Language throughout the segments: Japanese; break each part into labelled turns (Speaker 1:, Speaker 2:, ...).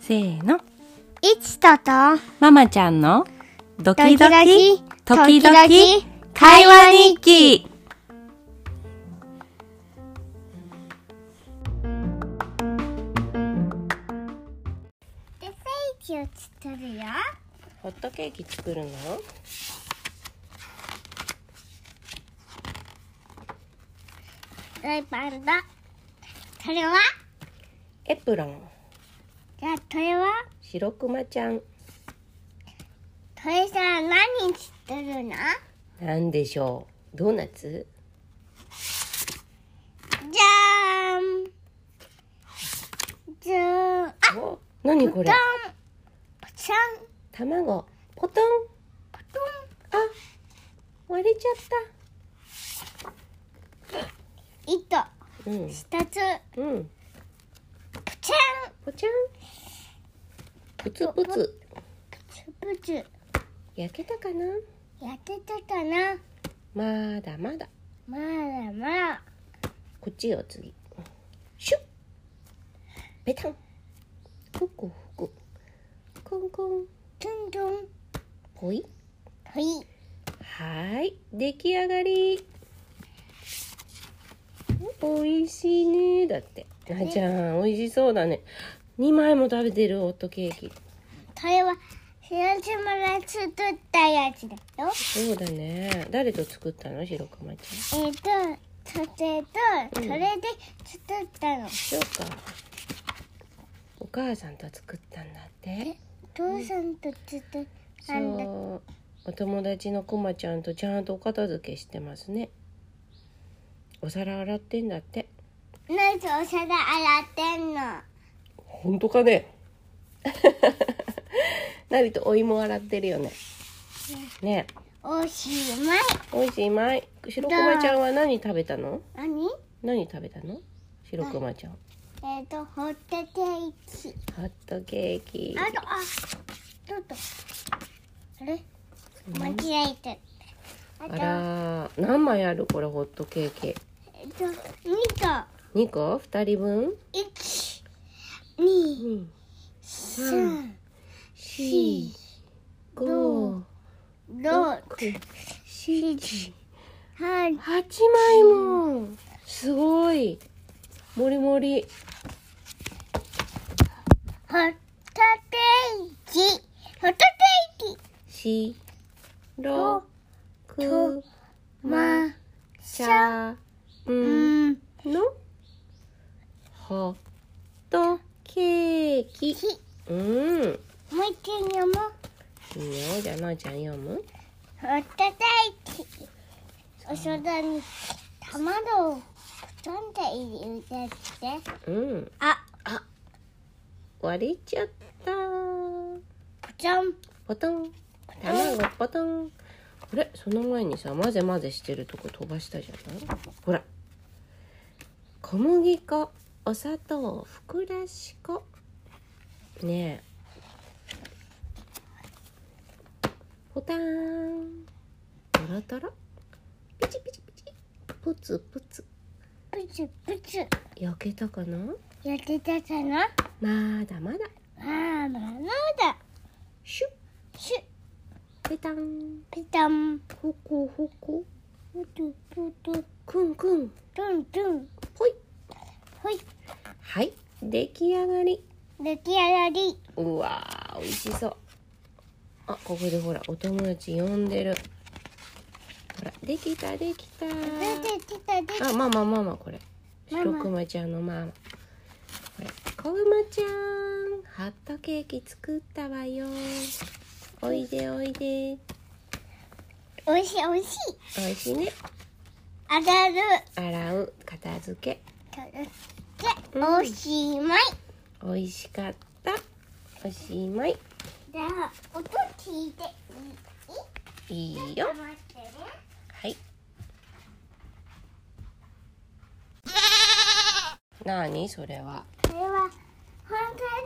Speaker 1: せーの。
Speaker 2: いちとと、
Speaker 1: ママちゃんのドキド
Speaker 2: ド
Speaker 1: キ、時
Speaker 2: キドキ
Speaker 1: 々、会話日記。
Speaker 2: で、聖地を作るよ。
Speaker 1: ホットケーキ作るの
Speaker 2: フライパンだ。それは
Speaker 1: エプロン、
Speaker 2: じゃあ、それは
Speaker 1: 白クマちゃん。
Speaker 2: それじゃあ何作るの
Speaker 1: なんでしょうドーナツ
Speaker 2: じゃーん。じゃーん。あ、
Speaker 1: お何こ
Speaker 2: ポ
Speaker 1: れ
Speaker 2: トン。ポチャン。
Speaker 1: 卵。ポトン。
Speaker 2: ポトン。
Speaker 1: あ、割れちゃっ
Speaker 2: 糸。
Speaker 1: た。うん。
Speaker 2: 二つ。
Speaker 1: うん。
Speaker 2: ポチャン。
Speaker 1: ポチャン。プツプツ。
Speaker 2: プツプツ。
Speaker 1: 焼けたかな
Speaker 2: やってたかな
Speaker 1: まだまだ。
Speaker 2: まだまだ。
Speaker 1: こっちよ、次。シュッ。ベタン。ふくふく。コンコン。
Speaker 2: トントン。
Speaker 1: ぽい。
Speaker 2: はい。
Speaker 1: はーい。出来上がり。おいしいねだって。あじゃあ、おいしそうだね。2枚も食べてるホットケーキ。
Speaker 2: それは広島で作ったやつだよ。
Speaker 1: そうだね。誰と作ったの、白熊ち
Speaker 2: えっ、と、それと、それで作ったの。
Speaker 1: ゃん。そうか。お母さんと作ったんだって。
Speaker 2: お父さんと作ったんだ。
Speaker 1: そう。お友達のくまちゃんとちゃんとお片付けしてますね。お皿洗ってんだって。
Speaker 2: なんでお皿洗ってんの
Speaker 1: 本当か ね。なびとお芋洗ってるよね。ねえ。
Speaker 2: おしまい。
Speaker 1: おいしいまい。白くまちゃんは何食べたの？
Speaker 2: 何
Speaker 1: 何食べたの？白くまちゃん。
Speaker 2: えっ、と、ホットケーキ。
Speaker 1: ホットケーキ。
Speaker 2: あと、あ、ちょっと。あれ間違えてあ
Speaker 1: あ
Speaker 2: と、
Speaker 1: らー、何枚あるこれホットケーキ。
Speaker 2: えっ、と、2
Speaker 1: 二個？二人分？
Speaker 2: と、1、2、
Speaker 1: うん。
Speaker 2: 3、
Speaker 1: 四、五、
Speaker 2: 6、
Speaker 1: 七、
Speaker 2: 8、
Speaker 1: 八枚も。すごい。もりもり。
Speaker 2: ホットケーキ。ホットケーキ。
Speaker 1: し、ろ、く、
Speaker 2: まあ、
Speaker 1: ちゃ、、
Speaker 2: うんん。
Speaker 1: の、ホットケーキ。
Speaker 2: き。
Speaker 1: うん。
Speaker 2: もう一回読もう。
Speaker 1: いいよ。じゃあ、なおちゃん読む
Speaker 2: ホットケーキ。お皿に卵をポトンと入れてって。
Speaker 1: うん。
Speaker 2: あ、
Speaker 1: 割れちゃった。
Speaker 2: ポチョン。
Speaker 1: ポトン。卵ポトン。あれその前にさ、混ぜ混ぜしてるとこ飛ばしたじゃないほら。小麦粉、お砂糖、ふくらし粉。ねえ。ポターン。トロトロ。ピチピチピチ。プツプツ。
Speaker 2: プツプツ。
Speaker 1: 焼けたかな
Speaker 2: やってたかな
Speaker 1: まだまだ。
Speaker 2: まあ、まあまだ。
Speaker 1: シュッ。
Speaker 2: シュ
Speaker 1: ペタン。
Speaker 2: ピタン。
Speaker 1: ほこほこ。
Speaker 2: プツプツ。
Speaker 1: くんくん。
Speaker 2: トントン。
Speaker 1: ほい。
Speaker 2: ほい。
Speaker 1: はい、出来上がり。
Speaker 2: 出来上がり。
Speaker 1: うわー、美味しそう。あ、ここでほら、お友達呼んでる。ほら、できた、できた。
Speaker 2: 出てきた、出てきた。
Speaker 1: あ、ママ、ママ、これ。
Speaker 2: ママ
Speaker 1: 白熊ちゃんのママ。これ、小馬ちゃん、ハットケーキ作ったわよ。おいで、おいで。
Speaker 2: おいしい、おいしい。
Speaker 1: おいしいね。
Speaker 2: あがる。
Speaker 1: 洗う、片付け。
Speaker 2: で、おしまい。
Speaker 1: おいしかった。おしまい。
Speaker 2: じゃあ、音聞いて
Speaker 1: い
Speaker 2: いい
Speaker 1: い
Speaker 2: ち
Speaker 1: よ
Speaker 2: ょっと。待ってね。
Speaker 1: はい。なにそれは。
Speaker 2: これは、本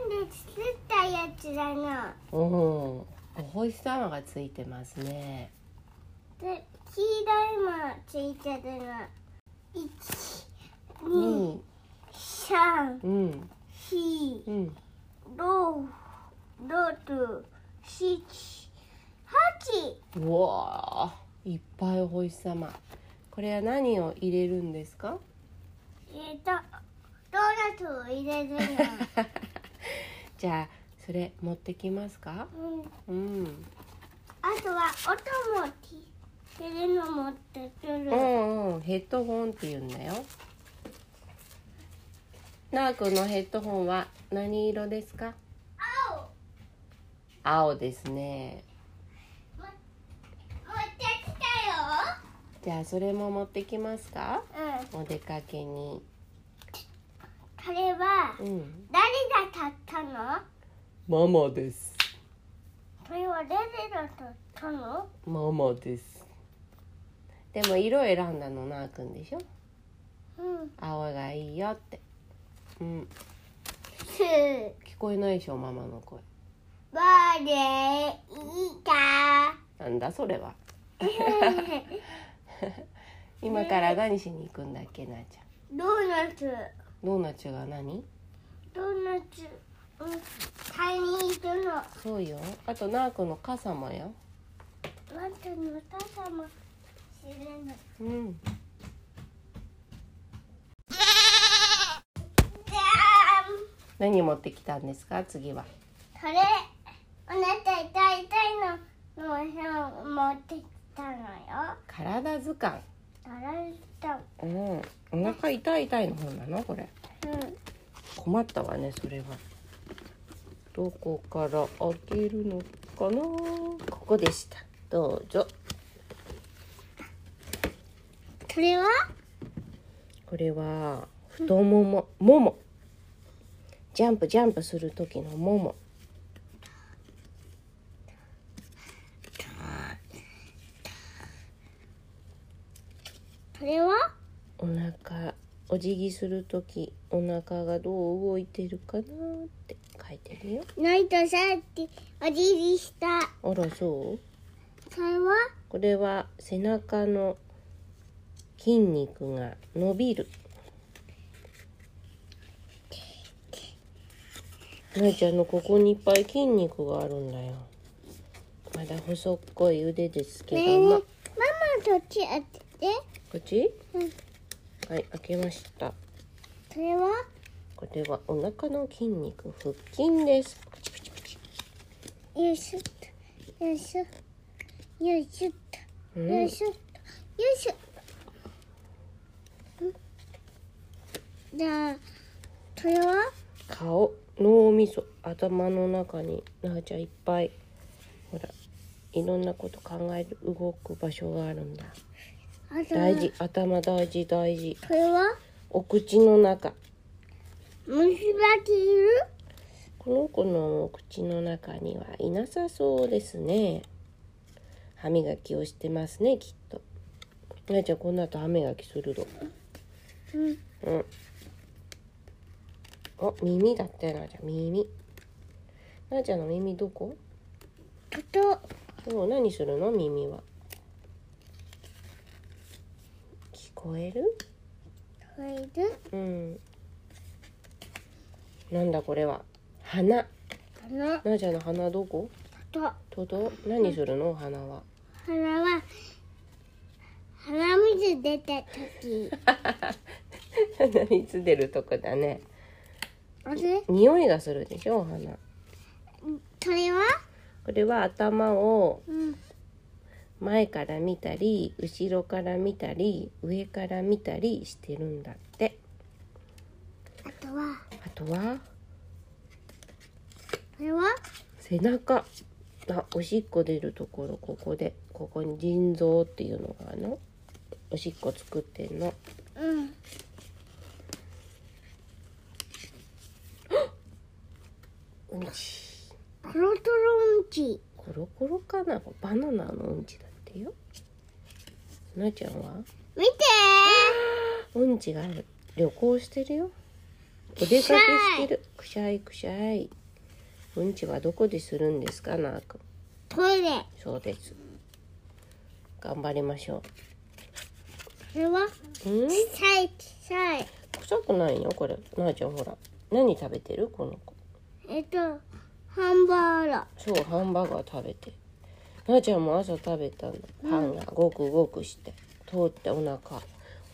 Speaker 2: 当に作ったやつだな。
Speaker 1: おお。お星様がついてますね。
Speaker 2: で黄色いものついてるの一二
Speaker 1: に
Speaker 2: 三
Speaker 1: うん
Speaker 2: 四
Speaker 1: うん
Speaker 2: 六六七八
Speaker 1: うわーいっぱいお星様これは何を入れるんですか
Speaker 2: えっとドーナツを入れるの
Speaker 1: じゃあそれ持ってきますか
Speaker 2: うん
Speaker 1: うん
Speaker 2: あとは音もテレの持ってくる、
Speaker 1: うんうんヘッドホンって言うんだよなあくんのヘッドホンは何色ですか
Speaker 2: 青
Speaker 1: 青ですね
Speaker 2: 持ってきた
Speaker 1: じゃあそれも持ってきますか
Speaker 2: よ。うん。
Speaker 1: お出かけに
Speaker 2: これは
Speaker 1: うん
Speaker 2: 誰が買ったの？
Speaker 1: ママです
Speaker 2: これは誰が買ったの？
Speaker 1: ママですでも色選んだのなあくんでしょ
Speaker 2: うん。
Speaker 1: 青がいいよってうん
Speaker 2: す
Speaker 1: 聞こえないでしょママの声
Speaker 2: ごいいいか。
Speaker 1: なんだそれは今から何しに行くんだっけなあちゃん
Speaker 2: ドーナツ、
Speaker 1: ドーナツが何
Speaker 2: ドーナツ、うん、買いに行くの。ワ
Speaker 1: そうよあとなあくんの傘もよ
Speaker 2: ンちゃんのお母さんも知るの。
Speaker 1: うん
Speaker 2: じゃーん。
Speaker 1: 何持ってきたんですか次は
Speaker 2: それ、あなた痛い痛いののを持ってきたのよ。
Speaker 1: 体図鑑
Speaker 2: だらいた。
Speaker 1: うんお腹痛い痛いの本なのこれ
Speaker 2: うん。
Speaker 1: 困ったわねそれはどこから開けるのかなここでしたどうぞ
Speaker 2: それは
Speaker 1: これは太ももももジャンプジャンプする時のもも
Speaker 2: それは
Speaker 1: お腹お辞儀する時お腹がどう動いてるかなって書いてるよ
Speaker 2: ナイトさんっておじいりした
Speaker 1: あらそう
Speaker 2: それは
Speaker 1: これは背中の筋肉が伸びるなえちゃんのここにいっぱい筋肉があるんだよまだ細っこい腕ですけ
Speaker 2: ね
Speaker 1: ど
Speaker 2: えねえマ
Speaker 1: も、
Speaker 2: マどっち当てて
Speaker 1: こっち
Speaker 2: うん
Speaker 1: はい開けました
Speaker 2: それは
Speaker 1: これはお腹の筋肉腹筋です
Speaker 2: よいしょっとよいしょよいしょっ
Speaker 1: う
Speaker 2: とよ
Speaker 1: ん
Speaker 2: いしょっとよいしょんじゃあそれは
Speaker 1: 顔脳みそ頭の中になあちゃんいっぱいほらいろんなこと考える動く場所があるんだ
Speaker 2: あとは
Speaker 1: 大事頭大事大事
Speaker 2: それは
Speaker 1: お口の中
Speaker 2: 虫歯きいる
Speaker 1: この子のお口の中にはいなさそうですね歯磨きをしてますねきっとなあちゃんこの後歯磨きするの
Speaker 2: うん
Speaker 1: うんあ耳だってなあちゃん耳なあちゃんの耳どこ
Speaker 2: と
Speaker 1: そう何するの耳は聞こえる
Speaker 2: それる
Speaker 1: うんなんだこれは鼻
Speaker 2: かな
Speaker 1: なあちゃんの鼻どこととど何するの鼻は
Speaker 2: 鼻は鼻水出た時
Speaker 1: 何つでるとこだね
Speaker 2: あれ
Speaker 1: 匂いがするでしょお鼻
Speaker 2: それは
Speaker 1: これは頭を
Speaker 2: うん
Speaker 1: 前から見たり後ろから見たり上から見たりしてるんだって
Speaker 2: あとは
Speaker 1: あとは
Speaker 2: それは
Speaker 1: 背中あおしっこ出るところここでここに腎臓っていうのがあるのおしっこ作ってんの
Speaker 2: うん
Speaker 1: うんち
Speaker 2: コロトロうんち
Speaker 1: コロコロかなバナナのうんちだってよなあちゃんは
Speaker 2: 見て
Speaker 1: うんちがある旅行してるよお出かけしてるくしゃいくしゃいうんちはどこでするんですかなあくん
Speaker 2: トイレ
Speaker 1: そうです頑張りましょ
Speaker 2: それは
Speaker 1: う。うん
Speaker 2: 小さい小さい
Speaker 1: 臭くないよこれ。なあちゃんほら。何食べてるこの子。
Speaker 2: えっとハンバーガ
Speaker 1: そうハンバーガー食べて。なあちゃんも朝食べたの。パンがごくごくして通ってお腹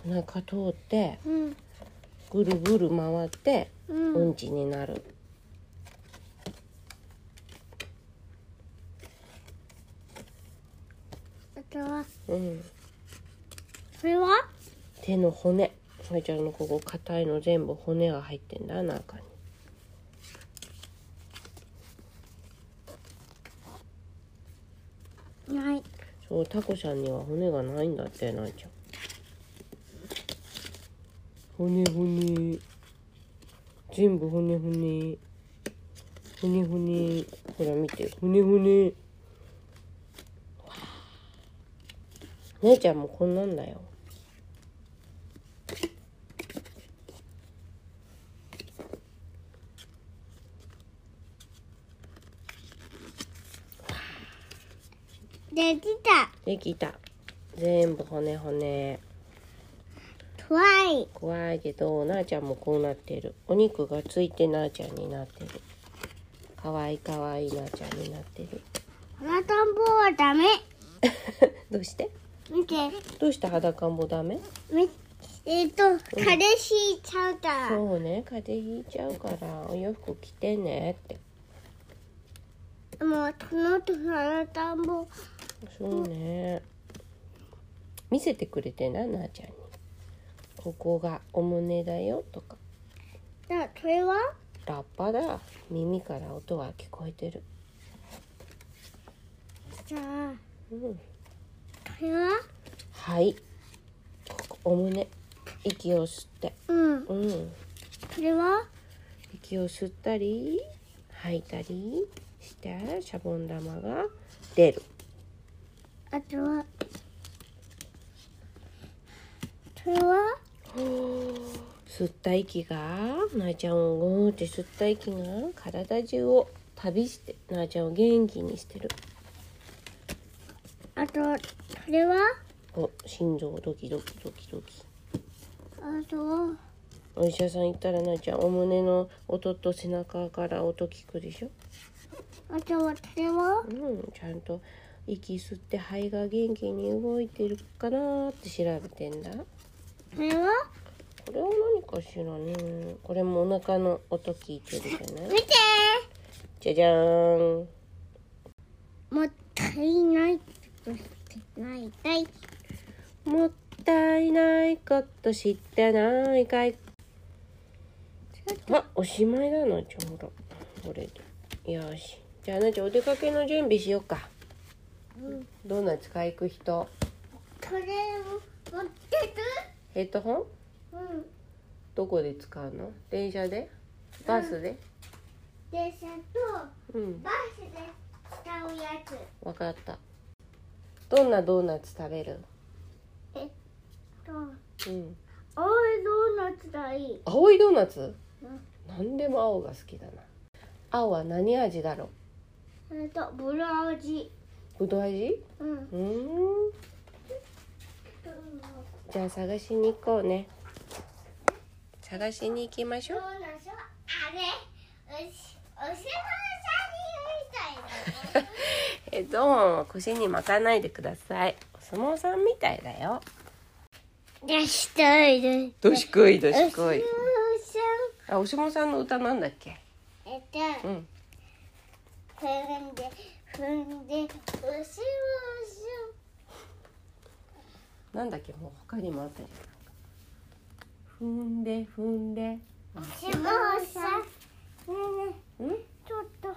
Speaker 1: お腹通って
Speaker 2: ーうん
Speaker 1: ぐるぐる回って
Speaker 2: うん、
Speaker 1: うんちになる。
Speaker 2: あとは
Speaker 1: うん。
Speaker 2: それは
Speaker 1: 手の骨。なあちゃんのここ硬いの全部骨が入ってんだ中に。
Speaker 2: ない
Speaker 1: そうタコさんには骨がないんだってなあちゃん。骨骨全部骨骨骨骨ほら見て骨骨わあ姉ちゃんもこんなんだよ
Speaker 2: できた
Speaker 1: できた全部骨骨
Speaker 2: トワイ
Speaker 1: 怖いけどなあちゃんもこうなってるお肉がついてなあちゃんになってるかわいいかわいいなあちゃんになってる
Speaker 2: 花田んぼはダメ
Speaker 1: どうして
Speaker 2: 見て
Speaker 1: どうして裸もダメ
Speaker 2: みえっ、と彼氏ちゃうから
Speaker 1: そうね風邪ひいちゃうからお洋服着てねって
Speaker 2: もうこのと花田んぼ
Speaker 1: そうね見せてくれてななあちゃんにここがお胸だよとか
Speaker 2: だそれは
Speaker 1: ラッパだ耳から音が聞こえてる
Speaker 2: じゃあ
Speaker 1: うん
Speaker 2: それは
Speaker 1: はいここお胸息を吸って
Speaker 2: うん
Speaker 1: うん
Speaker 2: それは
Speaker 1: 息を吸ったり吐いたりしてシャボン玉が出る
Speaker 2: あとはそれは
Speaker 1: 吸った息がなあちゃんをゴーって吸った息が体中を旅してなあちゃんを元気にしてる
Speaker 2: あとそれは
Speaker 1: お心臓ドキドキドキドキ
Speaker 2: あとは
Speaker 1: お医者さん行ったらなあちゃんお胸の音と背中から音聞くでしょ
Speaker 2: あとはそれは
Speaker 1: うんちゃんと息吸って肺が元気に動いてるかなって調べてんだ
Speaker 2: それは
Speaker 1: これは何かしらねこれもお腹の音聞いてるじゃな
Speaker 2: 見
Speaker 1: い
Speaker 2: て
Speaker 1: じゃじゃーん
Speaker 2: もったいないもったいないない
Speaker 1: もったいないこと知ってないかいあおしまいだなちょうどこれでよしじゃあなちゃんお出かけの準備しようか、ドーナツ買い行く人
Speaker 2: これを持って
Speaker 1: ヘッドホン
Speaker 2: るうん
Speaker 1: どこで使うの電車でバスで
Speaker 2: 電車
Speaker 1: う
Speaker 2: と
Speaker 1: ん
Speaker 2: バスで使うやつ
Speaker 1: わかったどんなドーナツ食べる
Speaker 2: えっと
Speaker 1: うん
Speaker 2: 青いドーナツがいい
Speaker 1: 青いドーナツ
Speaker 2: うん
Speaker 1: 何でも青が好きだな青は何味だろ
Speaker 2: えっとブルー味
Speaker 1: うぶどう味
Speaker 2: うん
Speaker 1: うーんじゃあ探しに行こうね探しに行きまし
Speaker 2: ド
Speaker 1: ょ
Speaker 2: ー
Speaker 1: う
Speaker 2: ナツはあれおしおしまさんにみたいだね
Speaker 1: えっと腰に巻かないでくださいお相撲さんみたいだよ
Speaker 2: 出したいで
Speaker 1: どしこいど
Speaker 2: お
Speaker 1: しこい
Speaker 2: し
Speaker 1: あお相撲さんの歌なんだっけ
Speaker 2: えっと
Speaker 1: うん
Speaker 2: 踏んで踏んでおし
Speaker 1: なんだっけもう他にもあったじゃん踏んで踏んで
Speaker 2: まさんおしまさんねえね
Speaker 1: ん
Speaker 2: えちょっと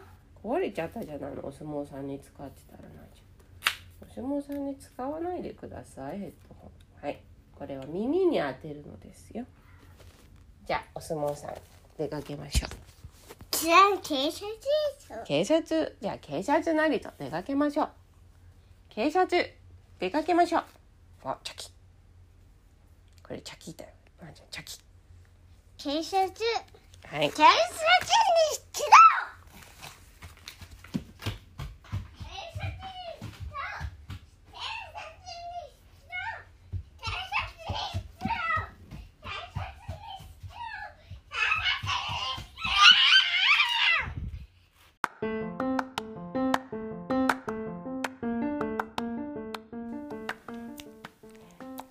Speaker 1: 壊れちゃったじゃないのお相撲さんに使ってたらなじゃんお相撲さんに使わないでくださいヘッドホンはいこれは耳に当てるのですよじゃあお相撲さん出かけましょう
Speaker 2: 知らん警察ですよ
Speaker 1: 警察じゃあ警察なりと出かけましょう警察出かけましょうあチャキこれチャキだよなじゃんチャキ
Speaker 2: 警察
Speaker 1: はい
Speaker 2: 警察にしろ警察にしろ警察に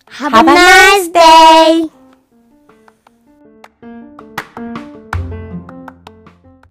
Speaker 2: Have a nice day!